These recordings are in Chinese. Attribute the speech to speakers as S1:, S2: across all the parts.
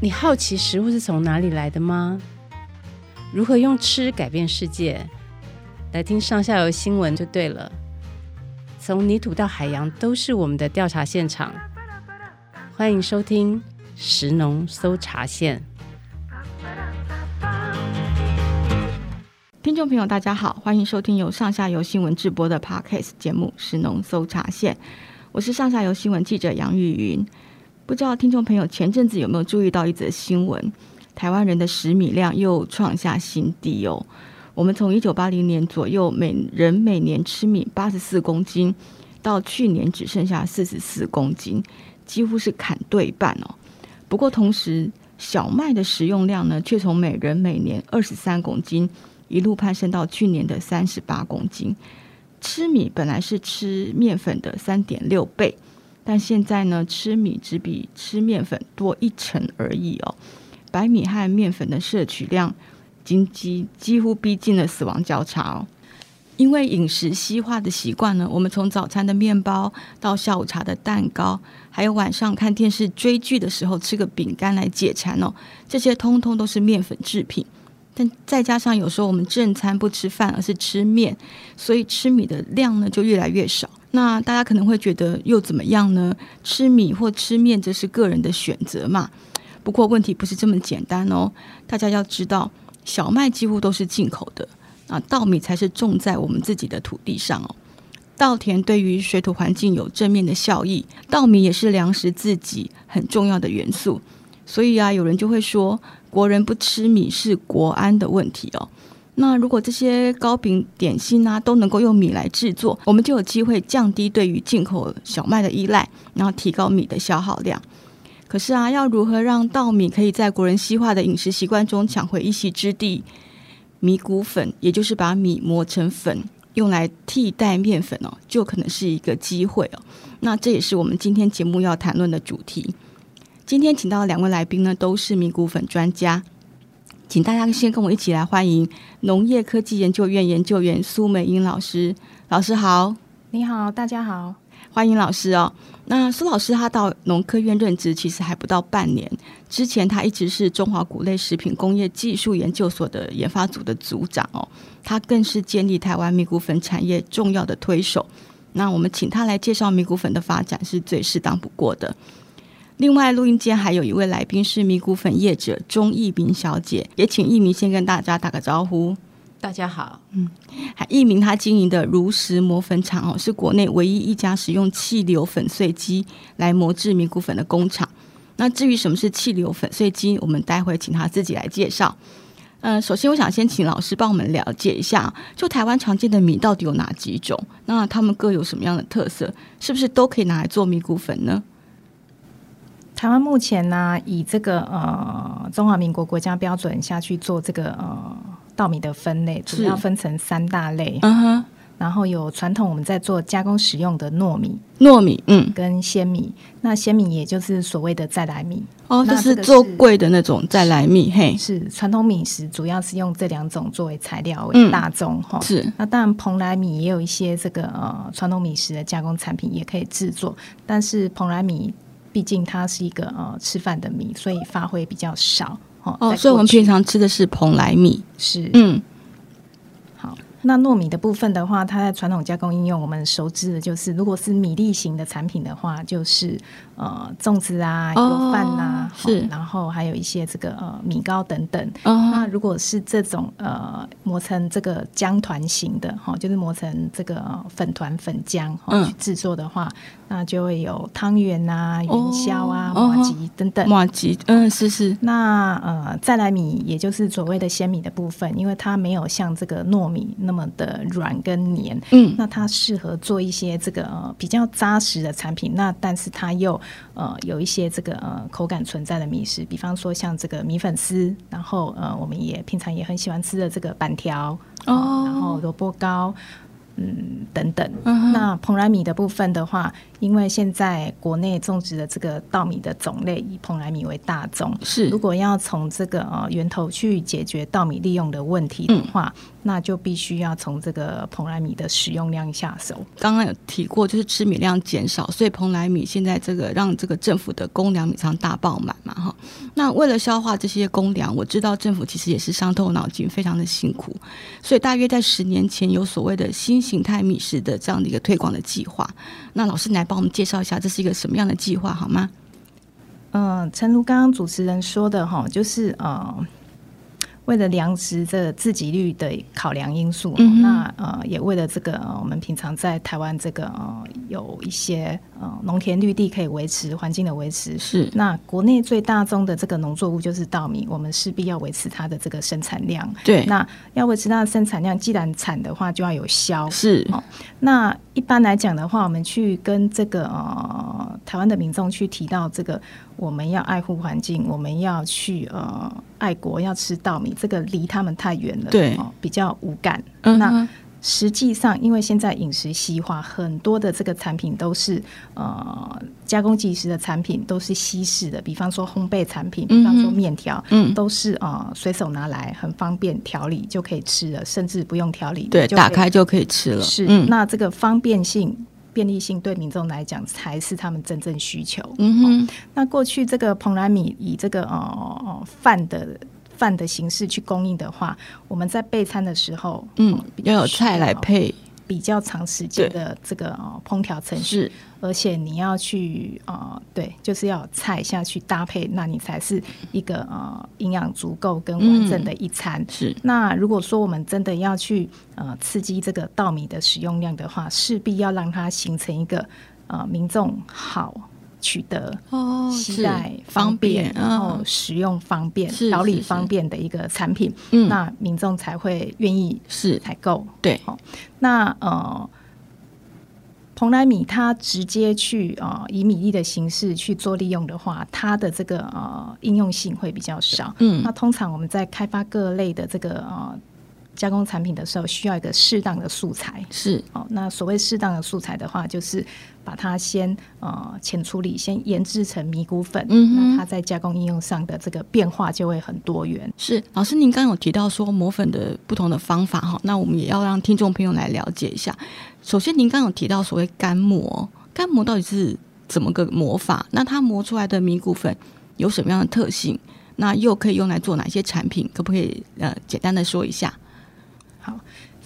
S1: 你好奇食物是从哪里来的吗？如何用吃改变世界？来听上下游新闻就对了。从泥土到海洋，都是我们的调查现场。欢迎收听《食农搜查线》。
S2: 听众朋友，大家好，欢迎收听由上下游新闻直播的 Podcast 节目《食农搜查线》，我是上下游新闻记者杨玉云。不知道听众朋友前阵子有没有注意到一则新闻？台湾人的食米量又创下新低哦。我们从一九八零年左右每人每年吃米八十四公斤，到去年只剩下四十四公斤，几乎是砍对半哦。不过同时，小麦的食用量呢，却从每人每年二十三公斤。一路攀升到去年的三十八公斤。吃米本来是吃面粉的三点六倍，但现在呢，吃米只比吃面粉多一成而已哦。白米和面粉的摄取量，经济几乎逼近了死亡交叉哦。因为饮食西化的习惯呢，我们从早餐的面包到下午茶的蛋糕，还有晚上看电视追剧的时候吃个饼干来解馋哦，这些通通都是面粉制品。但再加上有时候我们正餐不吃饭，而是吃面，所以吃米的量呢就越来越少。那大家可能会觉得又怎么样呢？吃米或吃面这是个人的选择嘛。不过问题不是这么简单哦。大家要知道，小麦几乎都是进口的啊，稻米才是种在我们自己的土地上哦。稻田对于水土环境有正面的效益，稻米也是粮食自己很重要的元素。所以啊，有人就会说，国人不吃米是国安的问题哦。那如果这些糕饼、点心啊都能够用米来制作，我们就有机会降低对于进口小麦的依赖，然后提高米的消耗量。可是啊，要如何让稻米可以在国人西化的饮食习惯中抢回一席之地？米谷粉，也就是把米磨成粉，用来替代面粉哦，就可能是一个机会哦。那这也是我们今天节目要谈论的主题。今天请到两位来宾呢，都是米谷粉专家，请大家先跟我一起来欢迎农业科技研究院研究员苏美英老师。老师好，
S3: 你好，大家好，
S2: 欢迎老师哦。那苏老师他到农科院任职其实还不到半年，之前他一直是中华谷类食品工业技术研究所的研发组的组长哦，他更是建立台湾米谷粉产业重要的推手。那我们请他来介绍米谷粉的发展是最适当不过的。另外，录音间还有一位来宾是米谷粉业者钟艺明小姐，也请艺明先跟大家打个招呼。
S1: 大家好，
S2: 艺明她经营的如实磨粉厂哦，是国内唯一一家使用气流粉碎机来磨制米谷粉的工厂。那至于什么是气流粉碎机，我们待会请她自己来介绍。嗯，首先我想先请老师帮我们了解一下，就台湾常见的米到底有哪几种？那它们各有什么样的特色？是不是都可以拿来做米谷粉呢？
S3: 台湾目前呢、以这个呃中华民国国家标准下去做这个呃稻米的分类，
S2: 是
S3: 主要分成三大类，
S2: 嗯哼，
S3: 然后有传统我们在做加工使用的糯米
S2: 糯米，嗯，
S3: 跟鲜米，那鲜米也就是所谓的再来米，
S2: 哦，
S3: 那
S2: 就是
S3: 这个
S2: 做
S3: 是
S2: 贵的那种再来蜜，嘿，
S3: 是传统米食，主要是用这两种作为材料
S2: 嗯
S3: 为大宗哈。
S2: 是
S3: 那当然，蓬莱米也有一些这个呃传统米食的加工产品也可以制作，但是蓬莱米毕竟它是一个呃吃饭的米，所以发挥比较少。
S2: 哦，
S3: 在
S2: 所以我们
S3: 过去
S2: 平常吃的是蓬莱米，
S3: 是
S2: 嗯，
S3: 好。那糯米的部分的话，它在传统加工应用，我们熟知的就是，如果是米粒型的产品的话，就是呃粽子啊、
S2: 哦
S3: 油饭呐、好
S2: 是
S3: 然后还有一些这个呃米糕等等。
S2: 哦，
S3: 那如果是这种呃磨成这个浆团型的哈、就是磨成这个呃粉团粉浆、哈
S2: 嗯
S3: 去制作的话，那就会有汤圆啊、
S2: 哦
S3: 元宵啊、
S2: 哦
S3: 麻吉等等。
S2: 马吉，嗯，是是，
S3: 那呃，再来米，也就是所谓的鲜米的部分，因为它没有像这个糯米那么的软跟黏，
S2: 嗯，
S3: 那它适合做一些这个、呃、比较扎实的产品。那但是它又呃有一些这个呃口感存在的米食，比方说像这个米粉丝，然后呃我们也平常也很喜欢吃的这个板条，
S2: 哦
S3: 然后萝卜糕。嗯等等。
S2: 嗯哼
S3: 那蓬莱米的部分的话，因为现在国内种植的这个稻米的种类以蓬莱米为大宗，
S2: 是
S3: 如果要从这个呃源头去解决稻米利用的问题的话，
S2: 嗯
S3: 那就必须要从这个蓬莱米的使用量下手。
S2: 刚刚有提过，就是吃米量减少，所以蓬莱米现在这个让这个政府的公粮米仓大爆满嘛，哈。那为了消化这些公粮，我知道政府其实也是伤透脑筋，非常的辛苦。所以大约在十年前有所谓的新形态米食的这样的一个推广的计划。那老师你来帮我们介绍一下，这是一个什么样的计划好吗？
S3: 嗯，诚如刚刚主持人说的哈，就是呃，为了粮食这自给率的考量因素，
S2: 嗯哼
S3: 那呃也为了这个、呃我们平常在台湾这个呃有一些呃农田绿地可以维持环境的维持。
S2: 是
S3: 那国内最大宗的这个农作物就是稻米，我们势必要维持它的这个生产量。
S2: 对，
S3: 那要维持它的生产量，既然产的话，就要有销。
S2: 是
S3: 哦那一般来讲的话，我们去跟这个呃台湾的民众去提到这个，我们要爱护环境，我们要去呃爱国，要吃稻米，这个离他们太远了，
S2: 对
S3: 哦，比较无感。
S2: 嗯
S3: 那
S2: 哼
S3: 实际上，因为现在饮食西化，很多的这个产品都是呃加工即食的产品，都是西式的，比方说烘焙产品，比方
S2: 嗯
S3: 说
S2: 哼
S3: 面条，
S2: 嗯
S3: 都是呃随手拿来，很方便调理就可以吃了，甚至不用调理，
S2: 对，
S3: 你就
S2: 打
S3: 可以
S2: 开就可以吃了。
S3: 是，
S2: 嗯
S3: 那这个方便性、便利性对民众来讲才是他们真正需求。
S2: 嗯哼，
S3: 那过去这个蓬莱米以这个呃呃饭的饭的形式去供应的话，我们在备餐的时候，
S2: 嗯，要有菜来配
S3: 比较长时间的这个呃烹调程序，
S2: 是。
S3: 而且你要去呃对，就是要有菜下去搭配，那你才是一个呃营养足够跟完整的一餐。
S2: 是
S3: 那如果说我们真的要去呃刺激这个稻米的使用量的话，势必要让它形成一个呃民众好取得、
S2: 哦
S3: 携带
S2: 方便，
S3: 然后
S2: 嗯
S3: 哦使用方便
S2: 是、
S3: 调
S2: 是
S3: 理
S2: 是
S3: 方便的一个产品，
S2: 嗯
S3: 那民众才会愿意
S2: 是
S3: 采购。哦
S2: 对，
S3: 那呃，蓬莱米它直接去呃以米粒的形式去做利用的话，它的这个呃应用性会比较少。
S2: 嗯
S3: 那通常我们在开发各类的这个呃加工产品的时候，需要一个适当的素材。
S2: 是
S3: 哦，那所谓适当的素材的话，就是把它先呃前处理，先研制成米谷粉，
S2: 嗯哼
S3: 那它在加工应用上的这个变化就会很多元。
S2: 是。老师，您刚刚有提到说磨粉的不同的方法哈，那我们也要让听众朋友来了解一下。首先，您刚刚有提到所谓干磨，干磨到底是怎么个磨法？那它磨出来的米谷粉有什么样的特性？那又可以用来做哪些产品？可不可以呃简单的说一下？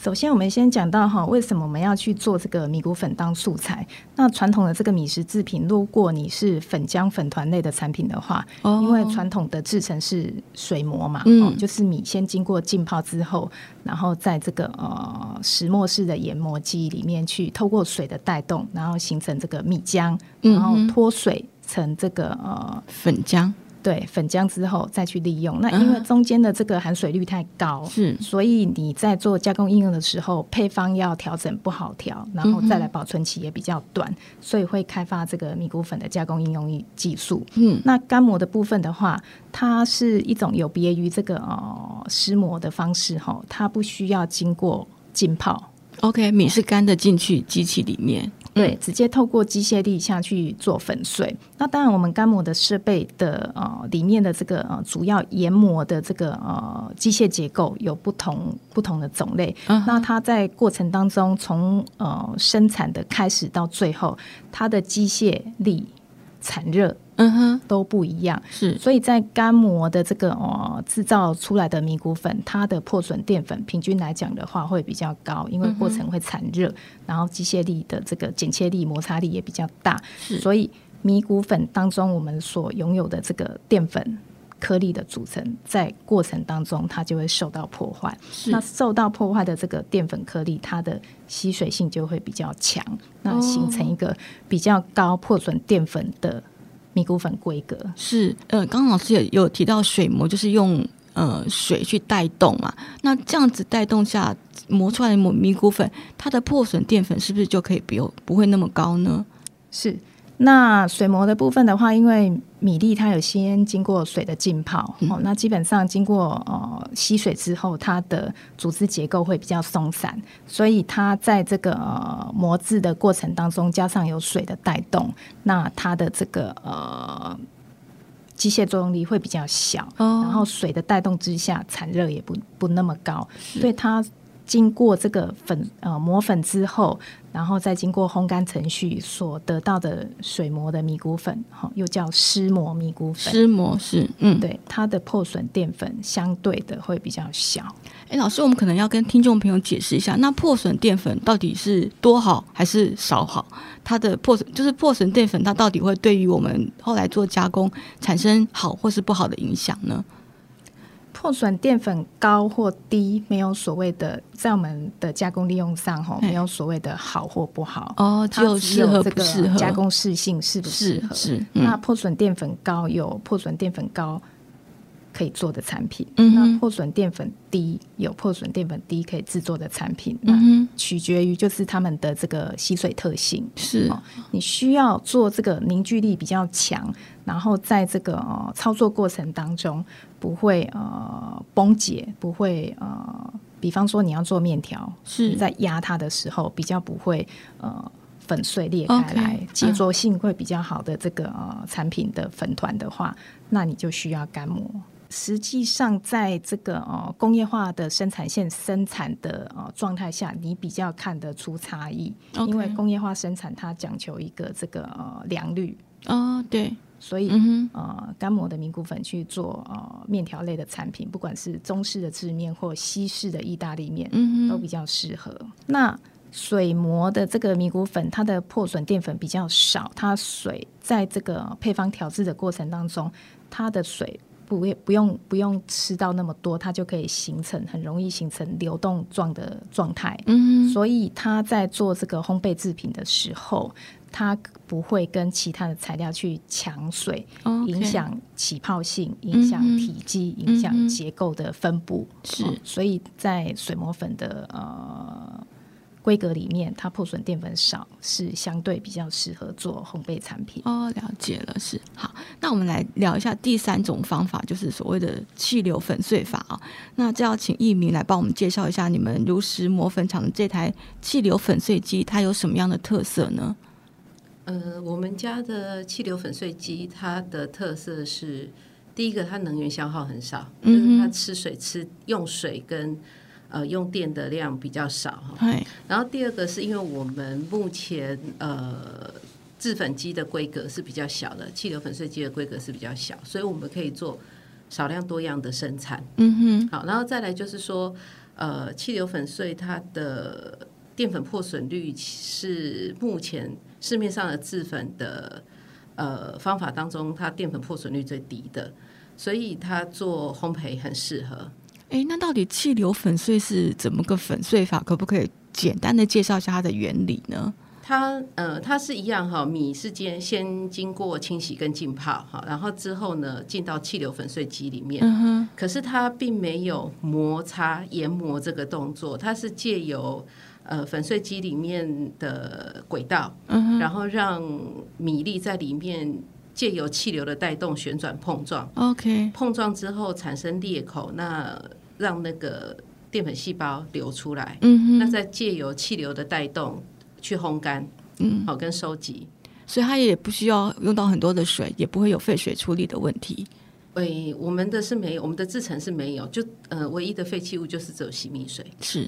S3: 首先，我们先讲到哈，为什么我们要去做这个米谷粉当素材？那传统的这个米食制品，如果你是粉浆、粉团类的产品的话，
S2: 哦
S3: 因为传统的制成是水磨嘛，
S2: 嗯
S3: 哦就是米先经过浸泡之后，然后在这个呃石磨式的研磨机里面去透过水的带动，然后形成这个米浆，
S2: 嗯
S3: 然后
S2: 哼
S3: 脱水成这个呃
S2: 粉浆
S3: 对粉浆之后再去利用。那因为
S2: 嗯
S3: 中间的这个含水率太高，
S2: 是
S3: 所以你在做加工应用的时候，配方要调整不好调，然后再来保存期也比较
S2: 嗯
S3: 短，所以会开发这个米谷粉的加工应用技术。
S2: 嗯
S3: 那干磨的部分的话，它是一种有别于这个呃湿磨的方式哈、它不需要经过浸泡，
S2: ，OK，米是干的进去机器里面，
S3: 对，直接透过机械力下去做粉碎。那当然，我们干磨的设备的呃里面的这个呃主要研磨的这个呃机械结构有不同不同的种类。
S2: 嗯哼
S3: 那它在过程当中，从呃生产的开始到最后，它的机械力、产热
S2: 嗯哼，
S3: 都不一样。
S2: 是
S3: 所以在干磨的这个呃制造出来的米谷粉，它的破损淀粉平均来讲的话会比较高，因为过程会产热，嗯然后机械力的这个剪切力、摩擦力也比较大，
S2: 是
S3: 所以米谷粉当中我们所拥有的这个淀粉颗粒的组成，在过程当中它就会受到破坏。
S2: 是
S3: 那受到破坏的这个淀粉颗粒，它的吸水性就会比较强，那
S2: 哦
S3: 形成一个比较高破损淀粉的米谷粉规格。
S2: 是，呃，刚刚老师也有提到水磨，就是用呃水去带动嘛。那这样子带动下磨出来的蘑米谷粉，它的破损淀粉是不是就可以不用不会那么高呢？
S3: 是，那水磨的部分的话，因为米粒它有先经过水的浸泡，哦，那基本上经过呃吸水之后，它的组织结构会比较松散，所以它在这个、呃、磨制的过程当中，加上有水的带动，那它的这个呃机械作用力会比较小，
S2: 哦
S3: 然后水的带动之下，产热也不不那么高，所以它经过这个粉呃磨粉之后，然后再经过烘干程序所得到的水磨的米谷粉，哈、又叫湿磨米谷粉。
S2: 湿膜是嗯，
S3: 对它的破损淀粉相对的会比较小，
S2: 哎，老师，我们可能要跟听众朋友解释一下，那破损淀粉到底是多好还是少好？它的破损就是破损淀粉，它到底会对于我们后来做加工产生好或是不好的影响呢？
S3: 破损淀粉高或低没有所谓的，在我们的加工利用上哈，
S2: 哎
S3: 没有所谓的好或不好，
S2: 哦，
S3: 它
S2: 有
S3: 只
S2: 适
S3: 有
S2: 合
S3: 这
S2: 不
S3: 个
S2: 适合
S3: 加工适性适不适
S2: 是
S3: 合。
S2: 是
S3: 那
S2: 嗯
S3: 破损淀粉高有破损淀粉高可以做的产品，
S2: 嗯哼
S3: 那破损淀粉低有破损淀粉低可以制作的产品，
S2: 嗯
S3: 那
S2: 哼
S3: 取决于就是它们的这个吸水特性。
S2: 是
S3: 哦你需要做这个凝聚力比较强，然后在这个、呃、操作过程当中不会呃崩解，不会呃，比方说你要做面条，
S2: 是
S3: 你在压它的时候比较不会呃粉碎裂开
S2: OK，
S3: 来
S2: 嗯
S3: 结着性会比较好的这个呃产品的粉团的话，那你就需要干磨。实际上，在这个呃工业化的生产线生产的呃状态下，你比较看得出差异
S2: OK
S3: 因为工业化生产它讲求一个这个呃良率，
S2: 哦，对，
S3: 所以、
S2: 嗯
S3: 呃干磨的米谷粉去做呃面条类的产品，不管是中式的制面或西式的意大利面，
S2: 哼嗯
S3: 都
S2: 哼
S3: 比较适合。那水磨的这个米谷粉，它的破损淀粉比较少，它水在这个配方调制的过程当中，它的水不会不用不用吃到那么多，它就可以形成很容易形成流动状的状态。
S2: 嗯哼
S3: 所以它在做这个烘焙制品的时候，它不会跟其他的材料去抢水，
S2: OK，
S3: 影响起泡性，影响
S2: 嗯哼
S3: 体积，
S2: 嗯
S3: 影
S2: 哼
S3: 响结构的分布。
S2: 是
S3: 哦所以在水磨粉的呃规格里面，它破损淀粉少，是相对比较适合做烘焙产品。
S2: 哦，了解了，是好。那我们来聊一下第三种方法，就是所谓的气流粉碎法啊、那这要请一鸣来帮我们介绍一下你们如实磨粉厂的这台气流粉碎机，它有什么样的特色呢？
S4: 呃，我们家的气流粉碎机，它的特色是第一个，它能源消耗很少，就是它吃水吃用水跟呃用电的量比较少哈。
S2: 嗨，
S4: 然后第二个是因为我们目前呃制粉机的规格是比较小的，气流粉碎机的规格是比较小，所以我们可以做少量多样的生产。
S2: 嗯
S4: 好，然后再来就是说，呃，气流粉碎它的淀粉破损率是目前市面上的制粉的呃方法当中，它淀粉破损率最低的，所以它做烘焙很适合。
S2: 哼，诶，那到底气流粉碎是怎么个粉碎法？可不可以简单的介绍一下它的原理呢？
S4: 它呃，它是一样哈，米是先先经过清洗跟浸泡哈，然后之后呢进到气流粉碎机里面，
S2: 嗯哼，
S4: 可是它并没有摩擦研磨这个动作，它是借由呃粉碎机里面的轨道，然后让米粒在里面借由气流的带动旋转碰撞，
S2: ，OK，
S4: 碰撞之后产生裂口，那让那个淀粉细胞流出来，
S2: 嗯
S4: 那
S2: 哼，
S4: 再借由气流的带动去烘干，嗯，好跟收集。
S2: 所以它也不需要用到很多的水，也不会有废水处理的问题。
S4: 诶、我们的是没有，我们的制成是没有，就呃，唯一的废弃物就是只有洗米水。
S2: 是，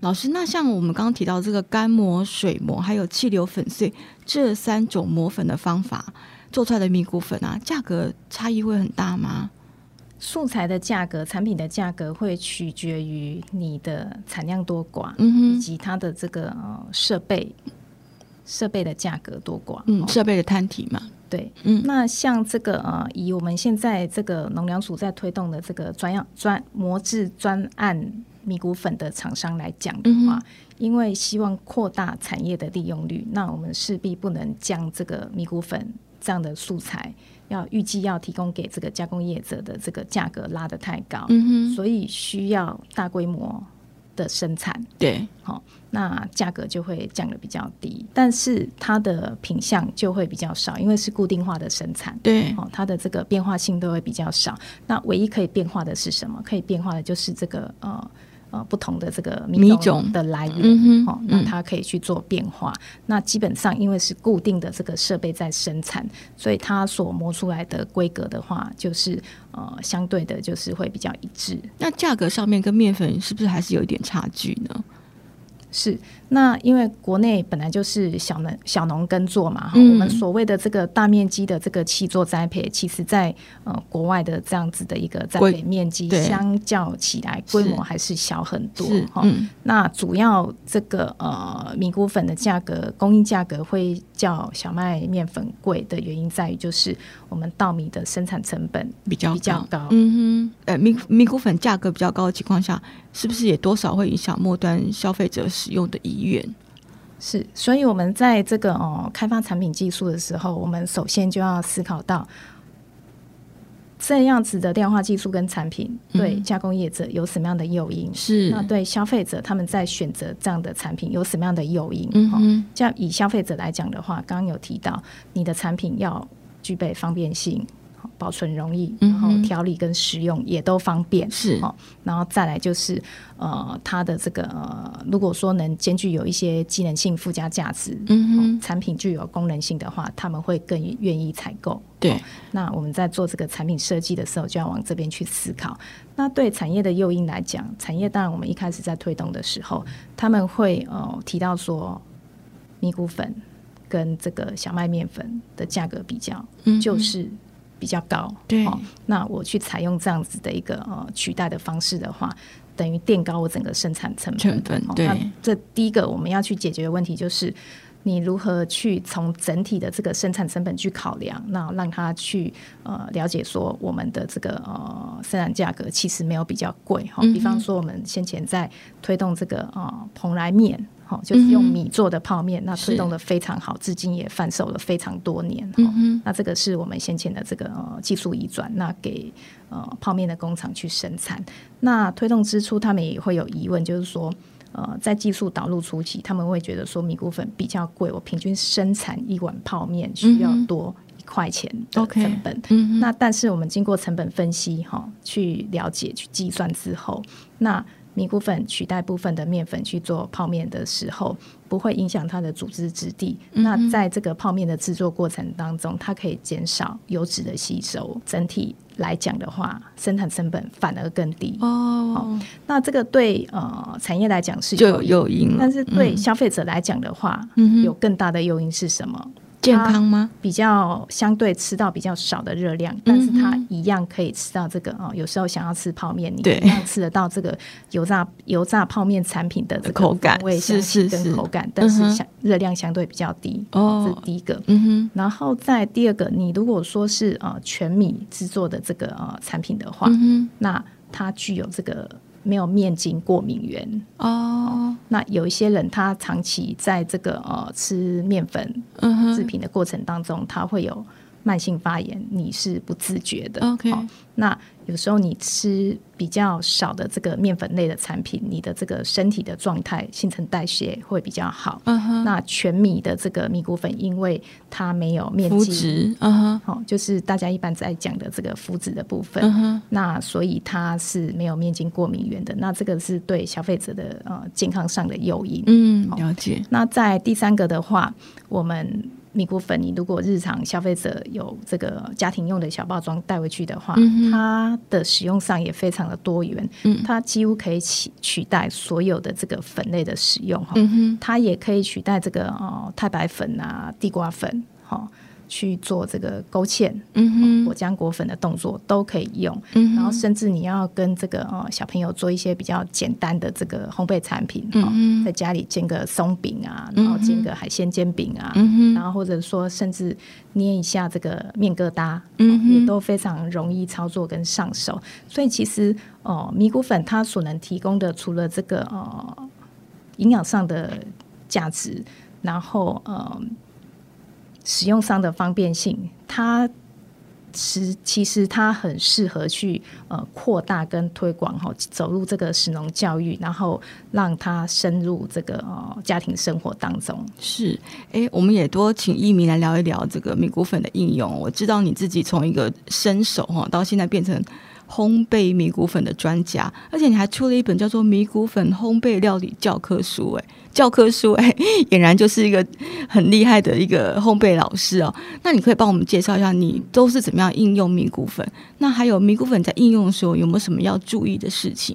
S2: 老师，那像我们刚刚提到这个干磨、水磨，还有气流粉碎这三种磨粉的方法做出来的米谷粉啊，价格差异会很大吗？
S3: 素材的价格、产品的价格会取决于你的产量多寡，以
S2: 嗯哼，
S3: 及它的这个呃设备设备的价格多寡。
S2: 嗯，
S3: 哦
S2: 设备的摊体嘛，
S3: 对，
S2: 嗯
S3: 那像这个呃，以我们现在这个农粮署在推动的这个专样专磨制专案米谷粉的厂商来讲的
S2: 嗯
S3: 话，因为希望扩大产业的利用率，那我们势必不能将这个米谷粉这样的素材，要预计要提供给这个加工业者的这个价格拉得太高，
S2: 嗯哼，
S3: 所以需要大规模的生产，
S2: 对，
S3: 那价格就会降得比较低，但是它的品相就会比较少，因为是固定化的生产。
S2: 对，
S3: 哦，它的这个变化性都会比较少。那唯一可以变化的是什么？可以变化的就是这个呃呃不同的这个
S2: 米
S3: 米
S2: 种
S3: 种的来源。
S2: 嗯
S3: 哦
S2: 哼，，
S3: 那
S2: 嗯
S3: 它可以去做变化。那基本上因为是固定的这个设备在生产，所以它所磨出来的规格的话，就是呃相对的，就是会比较一致。
S2: 那价格上面跟面粉是不是还是有一点差距呢？
S3: 是，那因为国内本来就是小农小农耕作嘛，哈、
S2: 嗯
S3: 我们所谓的这个大面积的这个气作栽培，其实在呃国外的这样子的一个栽
S2: 规
S3: 培面积
S2: 对，
S3: 相较起来规
S2: 是
S3: 模还是小很多
S2: 是，
S3: 哈、
S2: 嗯，
S3: 那主要这个呃米谷粉的价格供应价格会较小麦面粉贵的原因在于，就是我们稻米的生产成本
S2: 比较
S3: 比较
S2: 高
S3: 高，
S2: 嗯哼，呃，米米谷粉价格比较高的情况下，是不是也多少会影响末端消费者使用的意愿？
S3: 是，所以我们在这个哦开发产品技术的时候，我们首先就要思考到这样子的量化技术跟产品对
S2: 嗯
S3: 加工业者有什么样的诱因，
S2: 是，
S3: 那对消费者他们在选择这样的产品有什么样的诱因？
S2: 嗯
S3: 哦，
S2: 哼，
S3: 像以消费者来讲的话，刚刚有提到你的产品要具备方便性、哦保存容易，然后
S2: 嗯哼
S3: 调理跟食用也都方便。
S2: 是，
S3: 哦然后再来就是呃，它的这个、呃、如果说能兼具有一些机能性附加价值，
S2: 嗯
S3: 哦
S2: 哼，
S3: 产品具有功能性的话，他们会更愿意采购。
S2: 对，
S3: 那我们在做这个产品设计的时候，就要往这边去思考。那对产业的诱因来讲，产业当然我们一开始在推动的时候，他们会呃提到说，米谷粉跟这个小麦面粉的价格比较，
S2: 嗯
S3: 就
S2: 哼
S3: 是比较高。
S2: 对
S3: 哦，那我去采用这样子的一个呃取代的方式的话，等于垫高我整个生产成本。
S2: 成本
S3: 哦
S2: 对
S3: 那这第一个我们要去解决的问题就是。你如何去从整体的这个生产成本去考量，那让他去呃了解说我们的这个呃生产价格其实没有比较贵哈、
S2: 嗯哼
S3: 比方说我们先前在推动这个呃蓬莱面。哦，就是用
S2: 嗯哼
S3: 米做的泡面，那推
S2: 是
S3: 动的非常好，至今也贩售了非常多年。哦
S2: 嗯哼，
S3: 那这个是我们先前的这个、呃、技术移转，那给呃泡面的工厂去生产。那推动之初，他们也会有疑问，就是说。呃，在技术导入初期，他们会觉得说米谷粉比较贵，我平均生产一碗泡面需要
S2: 嗯哼
S3: 多一块钱的
S2: OK
S3: 成本。
S2: 嗯哼，
S3: 那但是我们经过成本分析哈、去了解、去计算之后，那米谷粉取代部分的面粉去做泡面的时候，不会影响它的组织质地。
S2: 嗯
S3: 那在这个泡面的制作过程当中，它可以减少油脂的吸收，整体来讲的话，生产成本反而更低。
S2: 哦，
S3: 那这个对呃产业来讲是
S2: 就有
S3: 有益，
S2: 诱因了，
S3: 但是对
S2: 嗯
S3: 消费者来讲的话，
S2: 嗯哼
S3: 有更大的诱因是什么？
S2: 健康吗？
S3: 比较相对吃到比较少的热量，但是它
S2: 嗯哼
S3: 一样可以吃到这个哦。有时候想要吃泡面，你
S2: 对
S3: 一样吃得到这个油炸油炸泡面产品的这个
S2: 口感
S3: 风味
S2: 是
S3: 香气
S2: 是
S3: 跟
S2: 是
S3: 口感，但是
S2: 嗯哼
S3: 相热量相对比较低。
S2: 哦
S3: 这是第一个。
S2: 嗯哼，
S3: 然后再第二个，你如果说是呃全米制作的这个呃产品的话，
S2: 嗯
S3: 那它具有这个没有面筋过敏源。
S2: 哼，哦，
S3: 那有一些人他长期在这个呃吃面粉
S2: 嗯
S3: 制
S2: 哼
S3: 品的过程当中，它会有慢性发炎，你是不自觉的。
S2: ，OK，
S3: 哦那有时候你吃比较少的这个面粉类的产品，你的这个身体的状态、新陈代谢会比较好。
S2: 嗯哼，
S3: 那全米的这个米谷粉，因为它没有面
S2: 肤
S3: 筋，
S2: 质，嗯哼，
S3: 哦，就是大家一般在讲的这个麸质的部分。
S2: 嗯哼，
S3: 那所以它是没有面筋过敏源的，那这个是对消费者的呃健康上的诱因。
S2: 嗯，了解，
S3: 那在第三个的话，我们米谷粉，你如果日常消费者有这个家庭用的小包装带回去的话，
S2: 嗯哼
S3: 它的使用上也非常的多元，
S2: 嗯
S3: 它几乎可以取取代所有的这个粉类的使用哈。
S2: 嗯哼，
S3: 它也可以取代这个哦太白粉啊、地瓜粉，哈、去做这个勾芡、
S2: 嗯
S3: 果
S2: 哼，
S3: 浆果粉的动作都可以用。
S2: 嗯
S3: 然后
S2: 哼，
S3: 甚至你要跟这个呃小朋友做一些比较简单的这个烘焙产品，哦
S2: 嗯哼
S3: 在家里煎个松饼啊，然后煎个海鲜煎饼啊，
S2: 嗯
S3: 然
S2: 哼，
S3: 后或者说甚至捏一下这个面疙瘩，哦
S2: 嗯哼
S3: 也都非常容易操作跟上手。所以其实哦、呃米谷粉它所能提供的，除了这个呃营养上的价值，嗯然后呃使用上的方便性，它实其实它很适合去呃扩大跟推广哈、走入这个食农教育，然后让它深入这个呃家庭生活当中。
S2: 是，哎，我们也多请一鸣来聊一聊这个米谷粉的应用。我知道你自己从一个生手哈，到现在变成烘焙米谷粉的专家，而且你还出了一本叫做《米谷粉烘焙料理教科书》哎，教科书哎，俨然就是一个很厉害的一个烘焙老师哦。那你可以帮我们介绍一下，你都是怎么样应用米谷粉？那还有米谷粉在应用的时候有没有什么要注意的事情？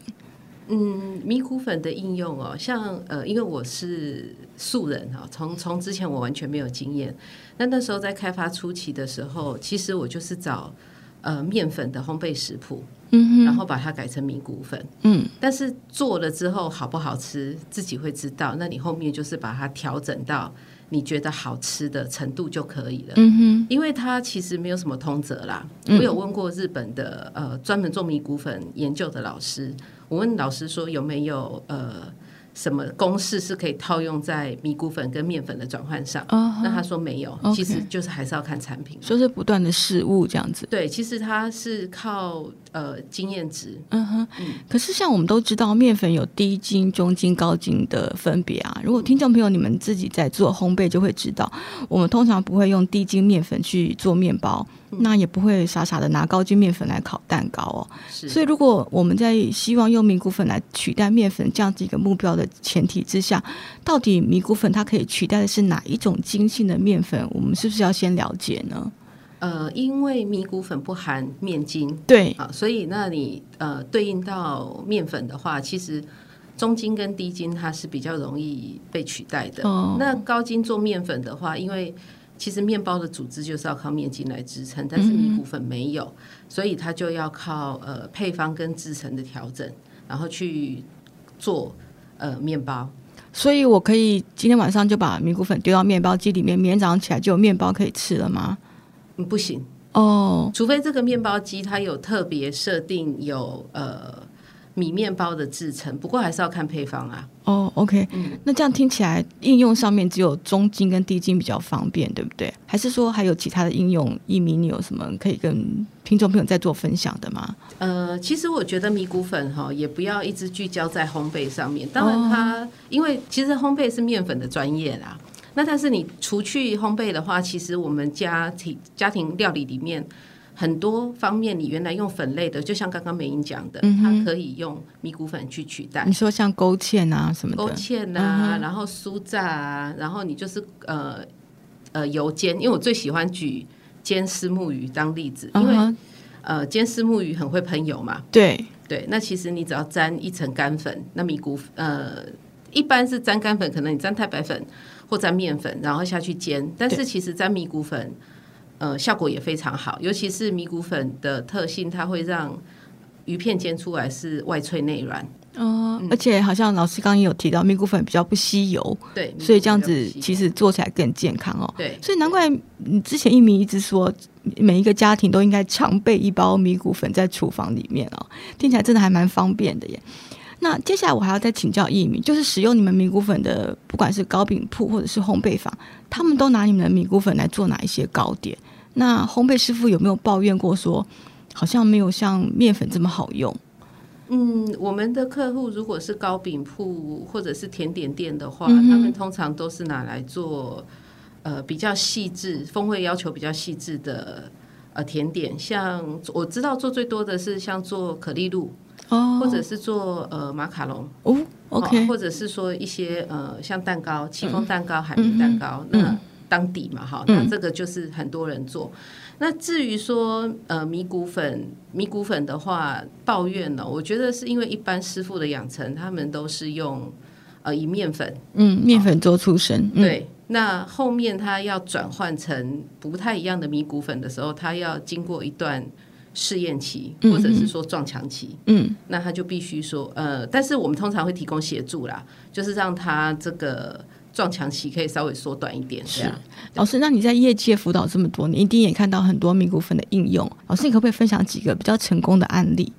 S4: 嗯，米谷粉的应用哦，像呃，因为我是素人哈、从从之前我完全没有经验。那那时候在开发初期的时候，其实我就是找呃面粉的烘焙食谱，嗯然后把它改成米谷粉，
S2: 嗯，
S4: 但是做了之后好不好吃，自己会知道。那你后面就是把它调整到你觉得好吃的程度就可以了。
S2: 嗯哼，
S4: 因为它其实没有什么通则啦。
S2: 嗯
S4: 我有问过日本的呃专门做米谷粉研究的老师，我问老师说有没有呃什么公式是可以套用在米谷粉跟面粉的转换上？
S2: 哦
S4: 那他说没有
S2: OK
S4: 其实就是还是要看产品。
S2: 说是不断的失误这样子。
S4: 对，其实它是靠呃经验值，
S2: 嗯哼，可是像我们都知道，面粉有低筋、中筋、高筋的分别啊。如果听众朋友你们自己在做烘焙，就会知道，我们通常不会用低筋面粉去做面包，那也不会傻傻的拿高筋面粉来烤蛋糕哦。
S4: 是
S2: 所以，如果我们在希望用米谷粉来取代面粉这样子一个目标的前提之下，到底米谷粉它可以取代的是哪一种筋性的面粉？我们是不是要先了解呢？
S4: 呃，因为米谷粉不含面筋
S2: 对，
S4: 啊，所以那你呃对应到面粉的话，其实中筋跟低筋它是比较容易被取代的。
S2: 哦
S4: 那高筋做面粉的话，因为其实面包的组织就是要靠面筋来支撑，但是米谷粉没有，所以它就要靠呃配方跟制成的调整，然后去做呃面包。
S2: 所以我可以今天晚上就把米谷粉丢到面包机里面，明天早上起来就有面包可以吃了吗？
S4: 嗯，不行，
S2: 哦，
S4: 除非这个面包机它有特别设定有呃米面包的制成，不过还是要看配方啊。
S2: 哦，OK，、那这样听起来应用上面只有中筋跟低筋比较方便，对不对？还是说还有其他的应用？一米，你有什么可以跟听众朋友再做分享的吗？
S4: 呃，其实我觉得米谷粉哈，也不要一直聚焦在烘焙上面。当
S2: 哦
S4: 然它，因为其实烘焙是面粉的专业啦。那但是你除去烘焙的话，其实我们家庭家庭料理里面很多方面，你原来用粉类的，就像刚刚美英讲的，
S2: 嗯哼嗯
S4: 它可以用米谷粉去取代
S2: 你。说像勾芡啊什么
S4: 啊勾
S2: 的，
S4: 芡
S2: 嗯
S4: 啊，然后酥炸啊，然后你就是呃呃油煎，因为我最喜欢举煎丝木鱼当例子，因为、
S2: 嗯哼
S4: 呃煎丝木鱼很会喷油嘛，
S2: 对，
S4: 对，那其实你只要沾一层干粉，那米谷呃一般是沾干粉，可能你沾太白粉或沾面粉，然后下去煎，但是其实沾米谷粉呃效果也非常好，尤其是米谷粉的特性，它会让鱼片煎出来是外脆内软，嗯
S2: 哦、而且好像老师刚刚也有提到，米谷粉比较不吸油，
S4: 对，
S2: 所以这样子
S4: 米嗯谷粉比较不吸
S2: 其实做起来更健康哦。
S4: 对。
S2: 所以难怪你之前一鸣一直说，每一个家庭都应该常备一包米谷粉在厨房里面哦，听起来真的还蛮方便的耶。那接下来我还要再请教一鸣，就是使用你们米谷粉的，不管是糕饼铺或者是烘焙坊，他们都拿你们的米谷粉来做哪一些糕点？那烘焙师傅有没有抱怨过说，好像没有像面粉这么好用？
S4: 嗯，我们的客户如果是糕饼铺或者是甜点店的话，
S2: 嗯哼
S4: 他们通常都是拿来做呃比较细致、风味要求比较细致的呃甜点。像我知道做最多的是像做可丽露，
S2: 哦
S4: 或者是做呃马卡龙
S2: 哦
S4: 哦
S2: ，OK，
S4: 或者是说一些呃像蛋糕、戚风蛋糕、海绵蛋糕，
S2: 嗯
S4: 那当底嘛哈，那这个就是很多人做。那至于说呃米谷粉，米谷粉的话抱怨呢、我觉得是因为一般师傅的养成，他们都是用呃以面粉，
S2: 嗯，面粉做出身，嗯，
S4: 对。那后面他要转换成不太一样的米谷粉的时候，他要经过一段试验期，
S2: 嗯
S4: 或者是说撞墙期。
S2: 嗯，
S4: 那他就必须说，呃，但是我们通常会提供协助啦，就是让他这个撞墙期可以稍微缩短一点，这样。
S2: 老师，那你在业界辅导这么多，你一定也看到很多米谷粉的应用。老师，你可不可以分享几个比较成功的案例？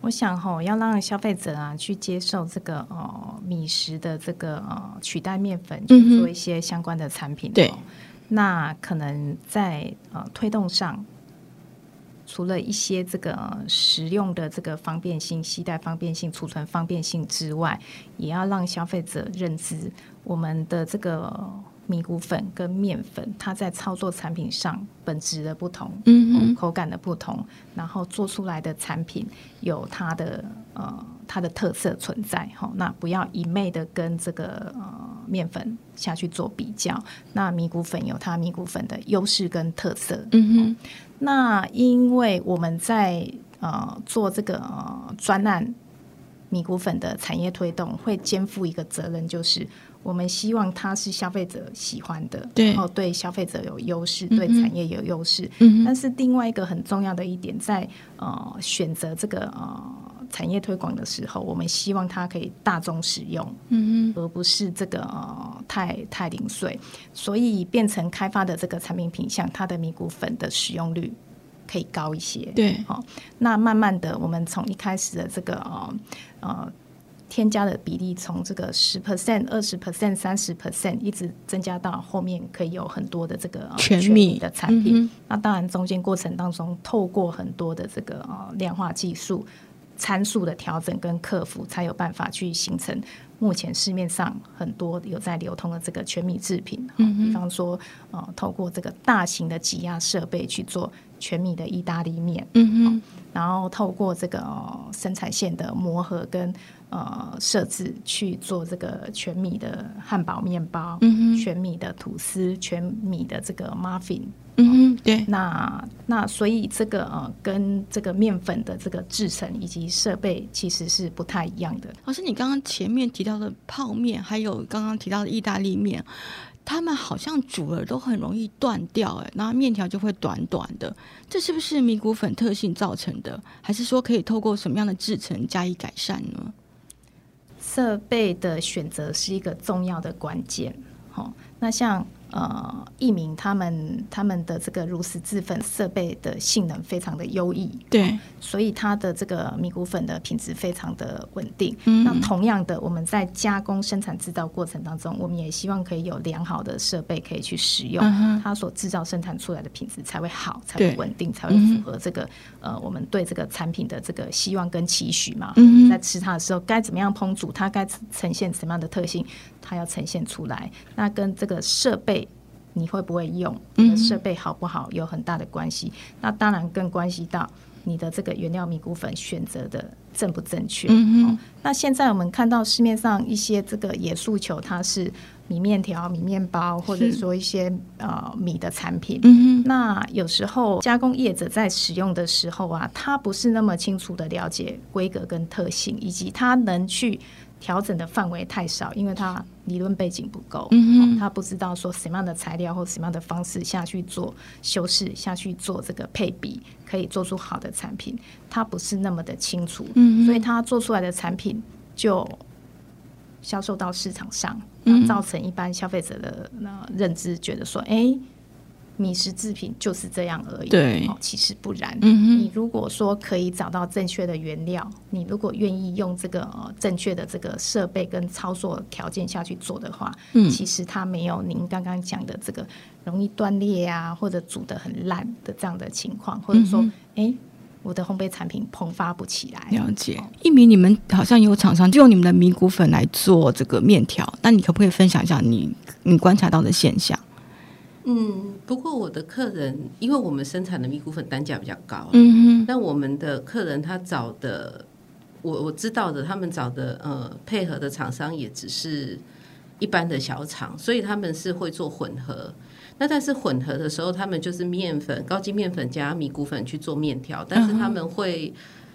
S3: 我想吼、要让消费者啊去接受这个哦、米食的这个哦、取代面粉，去
S2: 嗯哼
S3: 做一些相关的产品、哦。
S2: 对
S3: 那可能在呃推动上，除了一些这个呃实用的这个方便性、携带方便性、储存方便性之外，也要让消费者认知我们的这个米谷粉跟面粉，它在操作产品上本质的不同，
S2: 嗯哼，
S3: 口感的不同，然后做出来的产品有它的呃它的特色存在哈、那不要一昧的跟这个呃面粉下去做比较。那米谷粉有它米谷粉的优势跟特色，
S2: 嗯哼，
S3: 那因为我们在呃做这个、呃、专案米谷粉的产业推动，会肩负一个责任，就是我们希望它是消费者喜欢的，
S2: 对
S3: 然后对消费者有优势，
S2: 嗯哼
S3: 对产业有优势。
S2: 嗯
S3: 但
S2: 哼，
S3: 是另外一个很重要的一点，在呃选择这个呃产业推广的时候，我们希望它可以大众使用。
S2: 嗯哼，
S3: 而不是这个、呃、太太零碎，所以变成开发的这个产品品项，它的米谷粉的使用率可以高一些。
S2: 对，
S3: 那慢慢的，我们从一开始的这个呃呃添加的比例，从这个十 percent、二十 percent、三十 percent，一直增加到后面可以有很多的这个、呃
S2: 全米
S3: 米的产品。
S2: 嗯哼
S3: 那当然，中间过程当中，透过很多的这个呃量化技术参数的调整跟克服，才有办法去形成目前市面上很多有在流通的这个全米制品。哦
S2: 嗯哼
S3: 比方说，呃，透过这个大型的挤压设备去做全米的意大利面，
S2: 嗯哼，
S3: 然后透过这个、呃生产线的磨合跟呃设置去做这个全米的汉堡面包。
S2: 嗯哼，
S3: 全米的吐司，全米的这个 muffin，
S2: 嗯哼，对，
S3: 那那所以这个呃，跟这个面粉的这个制成以及设备其实是不太一样的。
S2: 老师，你刚刚前面提到的泡面，还有刚刚提到的意大利面，他们好像煮了都很容易断掉、哎，然后面条就会短短的，这是不是米谷粉特性造成的？还是说可以透过什么样的制成加以改善呢？
S3: 设备的选择是一个重要的关键。好、那像呃，益明他们他们的这个如实制粉设备的性能非常的优异，
S2: 对，
S3: 所以它的这个米谷粉的品质非常的稳定。
S2: 嗯
S3: 那同样的，我们在加工、生产、制造过程当中，我们也希望可以有良好的设备可以去使用，
S2: 嗯哼
S3: 它所制造、生产出来的品质才会好，才
S2: 对
S3: 会稳定，才会
S2: 嗯
S3: 符
S2: 哼
S3: 合这个、呃我们对这个产品的这个希望跟期许嘛。
S2: 嗯哼
S3: 我们在吃它的时候，该怎么样烹煮，它该呈现什么样的特性，它要呈现出来。那跟这个设备。你会不会用？
S2: 嗯
S3: 你的设备好不好有很大的关系。那当然更关系到你的这个原料米谷粉选择的正不正确。
S2: 嗯哼
S3: 哦，那现在我们看到市面上一些这个野诉求，它是米面条、米面包，或者说一些呃米的产品。
S2: 嗯哼，
S3: 那有时候加工业者在使用的时候啊，他不是那么清楚的了解规格跟特性，以及他能去调整的范围太少，因为他理论背景不够。哦
S2: 嗯哼，
S3: 他不知道说什么样的材料或什么样的方式下去做修饰，下去做这个配比，可以做出好的产品，他不是那么的清楚，
S2: 嗯
S3: 所以他做出来的产品就销售到市场上，
S2: 嗯
S3: 造成一般消费者的那认知，觉得说，哎、米食制品就是这样而已，
S2: 对
S3: 哦，其实不然，
S2: 嗯
S3: 你如果说可以找到正确的原料，你如果愿意用这个、呃正确的这个设备跟操作条件下去做的话，
S2: 嗯
S3: 其实它没有您刚刚讲的这个容易断裂啊，或者煮得很烂的这样的情况，或者说
S2: 嗯，
S3: 哎、我的烘焙产品膨发不起来
S2: 哼，。了解。一鸣，你们好像有厂商就用你们的米谷粉来做这个面条，那你可不可以分享一下你你观察到的现象？
S4: 嗯，不过我的客人，因为我们生产的米谷粉单价比较高，啊
S2: 嗯哼，
S4: 那我们的客人他找的，我我知道的，他们找的呃配合的厂商也只是一般的小厂，所以他们是会做混合。那但是混合的时候，他们就是面粉、高筋面粉加米谷粉去做面条，但是
S2: 嗯
S4: 他们会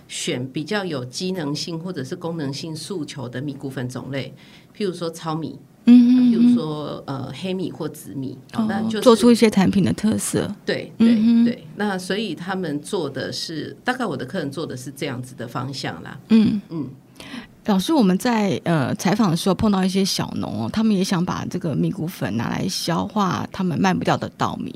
S4: 选比较有机能性或者是功能性诉求的米谷粉种类，譬如说糙米，
S2: 嗯哼，
S4: 譬如说呃黑米或紫米，
S2: 哦
S4: 那就是
S2: 做出一些产品的特色。
S4: 对
S2: 嗯哼
S4: 对对，那所以他们做的是，大概我的客人做的是这样子的方向啦。
S2: 嗯
S4: 嗯，
S2: 老师，我们在呃采访的时候碰到一些小农哦，他们也想把这个米谷粉拿来消化他们卖不掉的稻米，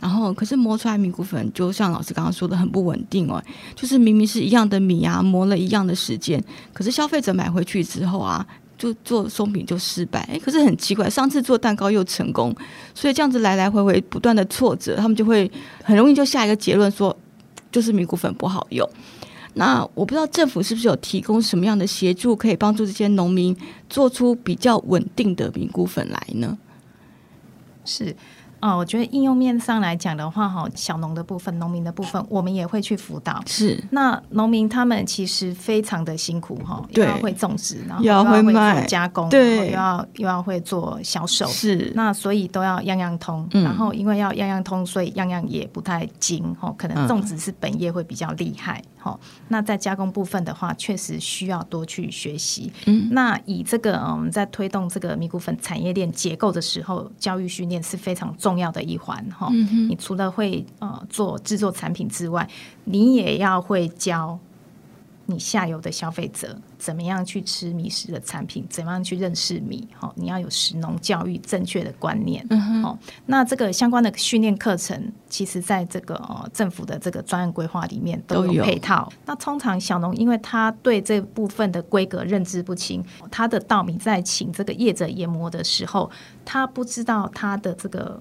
S2: 然后可是磨出来米谷粉，就像老师刚刚说的，很不稳定哦，就是明明是一样的米啊，磨了一样的时间，可是消费者买回去之后啊。就做松饼就失败，哎，可是很奇怪，上次做蛋糕又成功，所以这样子来来回回不断的挫折，他们就会很容易就下一个结论说，就是米谷粉不好用。那我不知道政府是不是有提供什么样的协助，可以帮助这些农民做出比较稳定的米谷粉来呢？
S3: 是。哦，我觉得应用面上来讲的话，哈，小农的部分、农民的部分，我们也会去辅导。
S2: 是
S3: 那农民他们其实非常的辛苦哈，
S2: 对
S3: 又要会种植，然后
S2: 又要会
S3: 会做
S2: 卖
S3: 加工，
S2: 对
S3: 然后又要又要会做销售，
S2: 是，
S3: 那所以都要样样通。
S2: 嗯
S3: 然后因为要样样通，所以样样也不太精哈，可
S2: 嗯
S3: 能种植是本业会比较厉害哈。那在加工部分的话，确实需要多去学习。
S2: 嗯
S3: 那以这个呃我们在推动这个米谷粉产业链结构的时候，教育训练是非常重要的一环哈。
S2: 嗯
S3: 你除了会呃做制作产品之外，你也要会教你下游的消费者怎么样去吃米食的产品，怎么样去认识米，哈、你要有食农教育正确的观念，哦，那这个相关的训练课程，其实在这个、呃、政府的这个专案规划里面都
S2: 都有
S3: 有配套。那通常小农因为他对这部分的规格认知不清，他的稻米在请这个业者研磨的时候，他不知道他的这个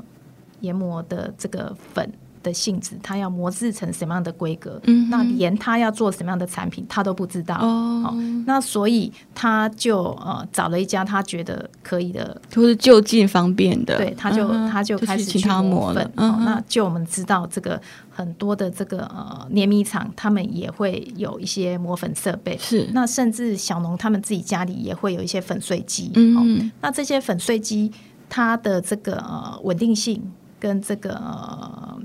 S3: 研磨的这个粉的性质，它要磨制成什么样的规格，
S2: 嗯哼
S3: 那连他要做什么样的产品，他都不知道。
S2: 哦
S3: 好，那所以他就呃找了一家他觉得可以的，
S2: 就是就近方便的，
S3: 对，他就、
S2: 嗯哼
S3: 他就开始
S2: 去请
S3: 去
S2: 他磨
S3: 粉
S2: 了。。
S3: 哦
S2: 嗯哼
S3: 那就我们知道这个很多的这个呃碾米厂，他们也会有一些磨粉设备。
S2: 是，
S3: 那甚至小农他们自己家里也会有一些粉碎机，哦
S2: 嗯
S3: 那这些粉碎机它的这个呃稳定性跟这个呃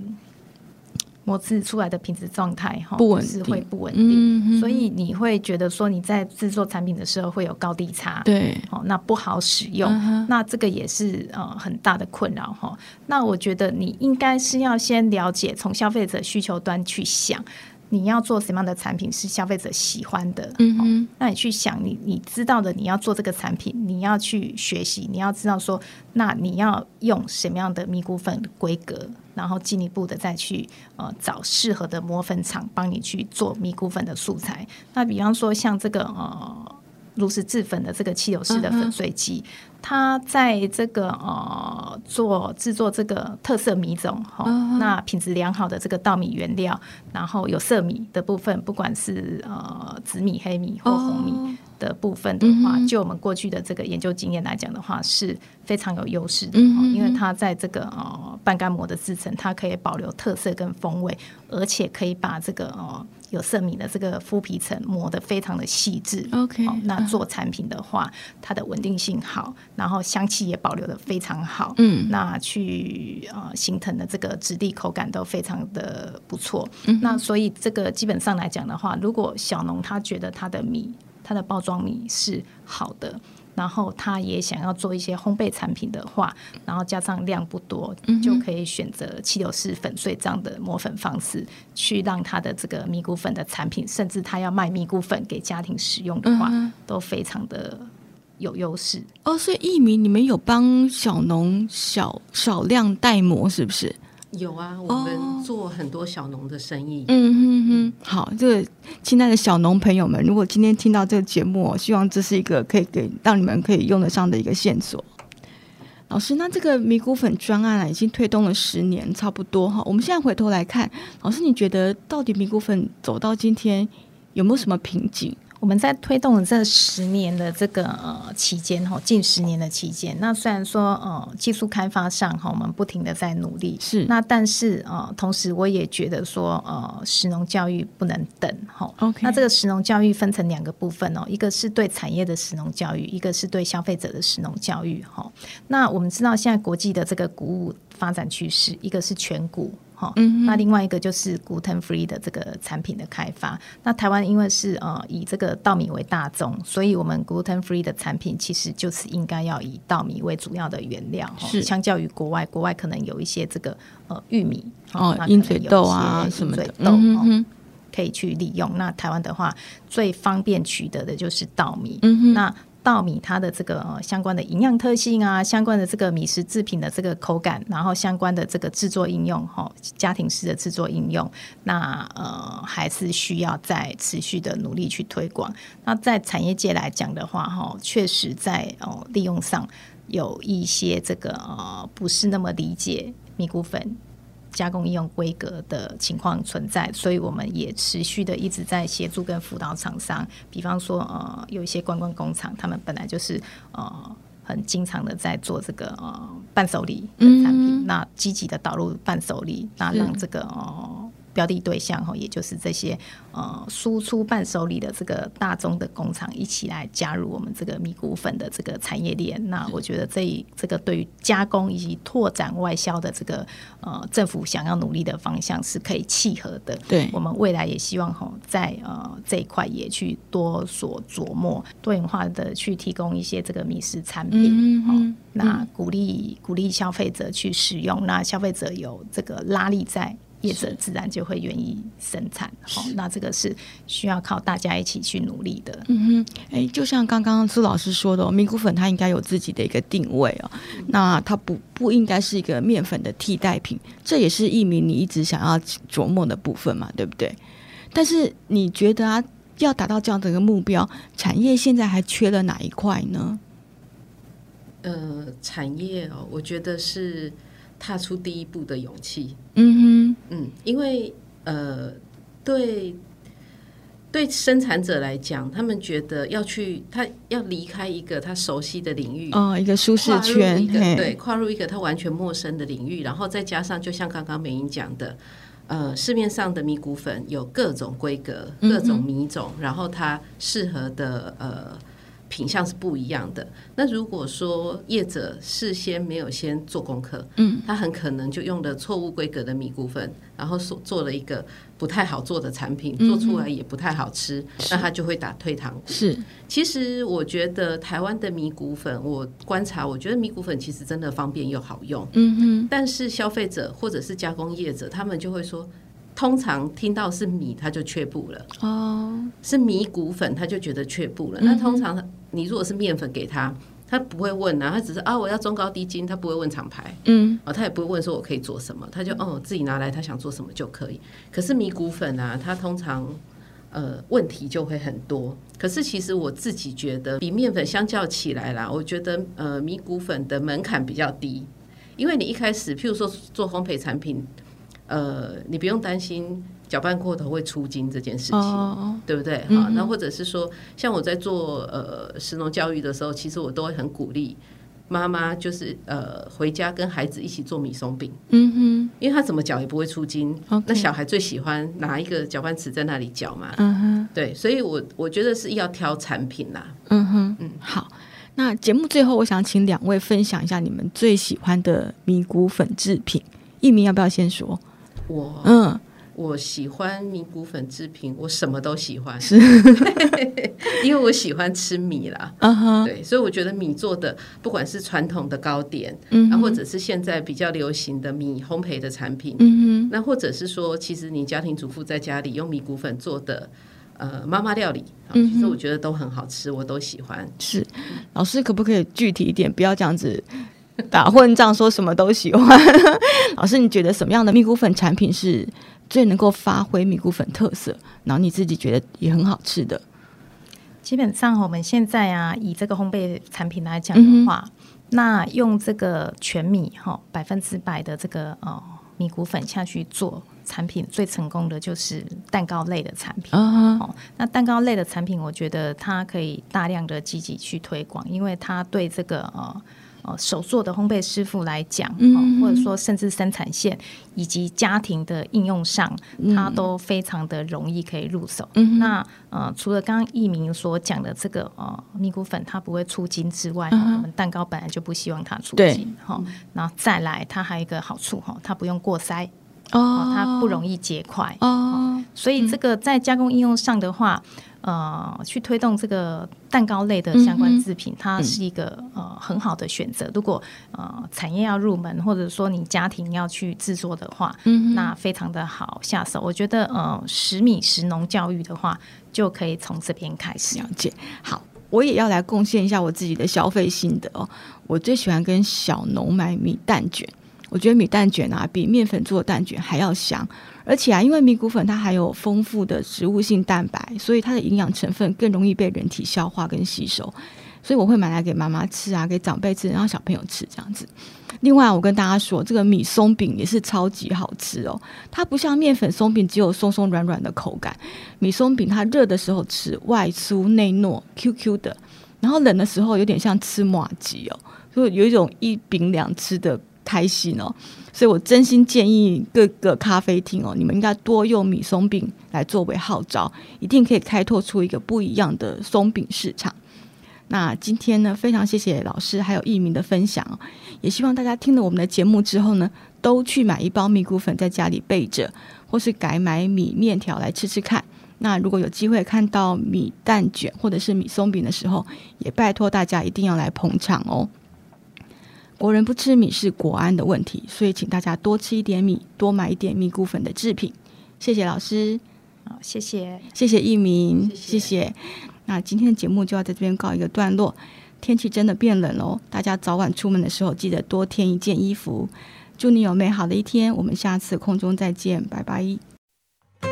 S3: 磨制出来的品质状态哈，
S2: 不稳定
S3: 是会不稳定，
S2: 嗯哼，
S3: 所以你会觉得说你在制作产品的时候会有高低差。
S2: 对，
S3: 哦，那不好使用，
S2: 嗯哼
S3: 那这个也是呃很大的困扰哈、那我觉得你应该是要先了解，从消费者需求端去想，你要做什么样的产品是消费者喜欢的，
S2: 嗯哼，
S3: 那你去想你，你知道的，你要做这个产品，你要去学习，你要知道说，那你要用什么样的米谷粉规格，然后进一步的再去呃找适合的磨粉厂帮你去做米谷粉的素材。那比方说像这个呃炉石制粉的这个汽油式的
S2: 嗯
S3: 粉
S2: 哼
S3: 碎机，它在这个呃做制作这个特色米种哈、那品质良好的这个稻米原料，然后有色米的部分，不管是呃紫米、黑米或红米。
S2: 哦
S3: 的部分的话，
S2: 嗯哼
S3: 就我们过去的这个研究经验来讲的话，是非常有优势的，
S2: 嗯哼
S3: 哦因为它在这个呃半干磨的制成，它可以保留特色跟风味，而且可以把这个呃有色米的这个麸皮层磨得非常的细致。
S2: OK，
S3: 哦那
S2: 嗯
S3: 做产品的话，它的稳定性好，然后香气也保留的非常好。
S2: 嗯
S3: 那去呃形成的这个质地口感都非常的不错。
S2: 嗯
S3: 那所以这个基本上来讲的话，如果小农他觉得他的米，他的包装米是好的。然后他也想要做一些烘焙产品的话，然后加上量不多，
S2: 嗯
S3: 就可以选择气流式粉碎这样的磨粉方式，去让他的这个米谷粉的产品，甚至他要卖米谷粉给家庭使用的话，
S2: 嗯哼
S3: 都非常的有优势。
S2: 哦，所以益民你们有帮小农小少量代磨，是不是？
S4: 有啊，我
S2: 哦
S4: 们做很多小农的生意，
S2: 嗯哼哼，好，这个亲爱的小农朋友们，如果今天听到这个节目，希望这是一个可以给让你们可以用得上的一个线索。老师，那这个米谷粉专案啊，已经推动了十年差不多哈。我们现在回头来看，老师，你觉得到底米谷粉走到今天有没有什么瓶颈？
S3: 我们在推动这十年的这个呃期间哈，近十年的期间，那虽然说呃技术开发上哈，我们不停的在努力，
S2: 是
S3: 那但是呃，同时我也觉得说呃，食农教育不能等哈。
S2: OK
S3: 那这个食农教育分成两个部分哦，一个是对产业的食农教育，一个是对消费者的食农教育哈。那我们知道现在国际的这个谷物发展趋势，一个是全谷。哈，
S2: 嗯
S3: 那另外一个就是谷 u free 的这个产品的开发。那台湾因为是呃以这个稻米为大宗，所以我们谷 u free 的产品其实就是应该要以稻米为主要的原料。哈
S2: 是
S3: 相较于国外，国外可能有一些这个呃玉米
S2: 哦
S3: 那，可能
S2: 鹰嘴豆啊
S3: 有一些
S2: 什么的
S3: 鹰嘴，豆、
S2: 嗯
S3: 哦、
S2: 哼
S3: 可以去利用。那台湾的话，最方便取得的就是稻米。
S2: 嗯哼
S3: 那稻米它的这个、呃相关的营养特性啊，相关的这个米食制品的这个口感，然后相关的这个制作应用，哈、家庭式的制作应用，那呃还是需要再持续的努力去推广。那在产业界来讲的话，哈、确实在哦、利用上有一些这个呃不是那么理解米谷粉加工应用规格的情况存在，所以我们也持续的一直在协助跟辅导厂商，比方说呃，有一些观光工厂，他们本来就是呃很经常的在做这个呃伴手礼的产品，那积极的导入伴手礼，那让这个呃。标的对象哦哈，也就是这些呃输出伴手礼的这个大宗的工厂一起来加入我们这个米谷粉的这个产业链。那我觉得这一这个对于加工以及拓展外销的这个呃政府想要努力的方向是可以契合的。
S2: 对
S3: 我们未来也希望吼在呃这一块也去多所琢磨，多元化的去提供一些这个米食产品。
S2: 嗯嗯
S3: 那鼓励鼓励消费者去使用，那消费者有这个拉力在，业者自然就会愿意生产。好、那这个是需要靠大家一起去努力的。
S2: 嗯哼，哎，就像刚刚苏老师说的、哦，米谷粉它应该有自己的一个定位哦，那它不不应该是一个面粉的替代品，这也是一鸣你一直想要琢磨的部分嘛，对不对？但是你觉得啊，要达到这样的一个目标，产业现在还缺了哪一块呢？嗯
S4: 呃，产业哦，我觉得是踏出第一步的勇气。
S2: 嗯
S4: 嗯，因为呃，对对生产者来讲，他们觉得要去他要离开一个他熟悉的领域，
S2: 哼，哦，一个舒适
S4: 跨入
S2: 圈
S4: 一，个
S2: 嘿，
S4: 对，跨入一个他完全陌生的领域，然后再加上就像刚刚美英讲的，呃，市面上的米谷粉有各种规格、
S2: 嗯
S4: 各种米种，然后它适合的呃品相是不一样的。那如果说业者事先没有先做功课，嗯，他很可能就用了错误规格的米谷粉，然后所做了一个不太好做的产品，
S2: 嗯
S4: 做出来也不太好吃，那他就会打退堂鼓
S2: 是，
S4: 其实我觉得台湾的米谷粉，我观察，我觉得米谷粉其实真的方便又好用，
S2: 嗯
S4: 但是消费者或者是加工业者，他们就会说，通常听到是米他就却步了，
S2: 哼，哦，
S4: 是米谷粉他就觉得却步了。那通常你如果是面粉给他，他不会问啊，他只是啊我要中高低筋，他不会问厂牌。
S2: 嗯，
S4: 哦，他也不会问说我可以做什么，他就哦自己拿来，他想做什么就可以。可是米谷粉啊，它通常呃问题就会很多。可是其实我自己觉得，比面粉相较起来啦，我觉得呃米谷粉的门槛比较低，因为你一开始譬如说做烘焙产品，呃，你不用担心搅拌过头会出筋这件事情。
S2: 哦，
S4: 对不对？好，那或者是说，像我在做呃食农教育的时候，其实我都会很鼓励妈妈，就是呃回家跟孩子一起做米松饼，
S2: 嗯
S4: 因为他怎么搅也不会出筋。
S2: 哼，OK，
S4: 那小孩最喜欢拿一个搅拌匙在那里搅嘛，
S2: 嗯哼，
S4: 对，所以我我觉得是要挑产品啦。
S2: 嗯哼，嗯，好。那节目最后，我想请两位分享一下你们最喜欢的米谷粉制品。一鸣要不要先说？
S4: 我
S2: 嗯，
S4: 我喜欢米谷粉制品，我什么都喜欢，是， 因为我喜欢吃米啦。
S2: 嗯哼，
S4: 对，所以我觉得米做的，不管是传统的糕点，
S2: 嗯
S4: 啊，
S2: 哼
S4: 或者是现在比较流行的米烘焙的产品，
S2: 嗯
S4: 那或者是说，其实你家庭主妇在家里用米谷粉做的呃妈妈料理，啊
S2: 嗯哼
S4: 其实我觉得都很好吃，我都喜欢。
S2: 哼，是。老师可不可以具体一点，不要这样子打混账，说什么都喜欢？ 老师，你觉得什么样的米谷粉产品是最能够发挥米谷粉特色，然后你自己觉得也很好吃的？
S3: 基本上我们现在啊，以这个烘焙产品来讲的
S2: 嗯
S3: 话，那用这个全米哈百分之百的这个呃米谷粉下去做产品，最成功的就是蛋糕类的产品。
S2: 啊哈，
S3: 哦，那蛋糕类的产品，我觉得它可以大量的积极去推广，因为它对这个呃呃手做的烘焙师傅来讲，
S2: 嗯
S3: 哦，或者说甚至生产线以及家庭的应用上，它都非常的容易可以入手。
S2: 嗯哼，
S3: 那呃，除了刚刚一鸣所讲的这个呃米谷粉它不会出筋之外，
S2: 嗯哼
S3: 我们蛋糕本来就不希望它出
S2: 对
S3: 筋哈、哦，然后再来它还有一个好处哈、哦，它不用过筛，哦
S2: 哦，
S3: 它不容
S2: 易
S3: 易结块。
S2: 哦，
S3: 所以这个在加工应用上的话，呃，去推动这个蛋糕类的相
S2: 嗯
S3: 关
S2: 哼
S3: 制品，它是一个呃很好的选择。如果呃产业要入门，或者说你家庭要去制作的话，
S2: 嗯
S3: 那非常的好下手。我觉得呃，食米食农教育的话，就可以从这边开始
S2: 了。解。好，我也要来贡献一下我自己的消费心得哦。我最喜欢跟小农买米蛋卷，我觉得米蛋卷啊比面粉做的蛋卷还要香，而且啊，因为米谷粉它含有丰富的植物性蛋白，所以它的营养成分更容易被人体消化跟吸收。所以我会买来给妈妈吃啊，给长辈吃，然后小朋友吃这样子。另外，我跟大家说，这个米松饼也是超级好吃哦。它不像面粉松饼只有松松软软的口感，米松饼它热的时候吃，外酥内糯，Q Q 的；然后冷的时候有点像吃马吉哦，就有一种一饼两吃的开心哦。所以我真心建议各个咖啡厅哦，你们应该多用米松饼来作为号召，一定可以开拓出一个不一样的松饼市场。那今天呢，非常谢谢老师还有艺明的分享哦，也希望大家听了我们的节目之后呢，都去买一包米谷粉在家里备着，或是改买米面条来吃吃看。那如果有机会看到米蛋卷或者是米松饼的时候，也拜托大家一定要来捧场哦。国人不吃米是国安的问题，所以请大家多吃一点米，多买一点米谷粉的制品。谢谢老师，
S3: 好，谢谢。
S2: 谢谢一鸣，
S4: 谢谢
S2: 谢那今天的节目就要在这边告一个段落。天气真的变冷喽，大家早晚出门的时候记得多添一件衣服。祝你有美好的一天，我们下次空中再见，拜拜。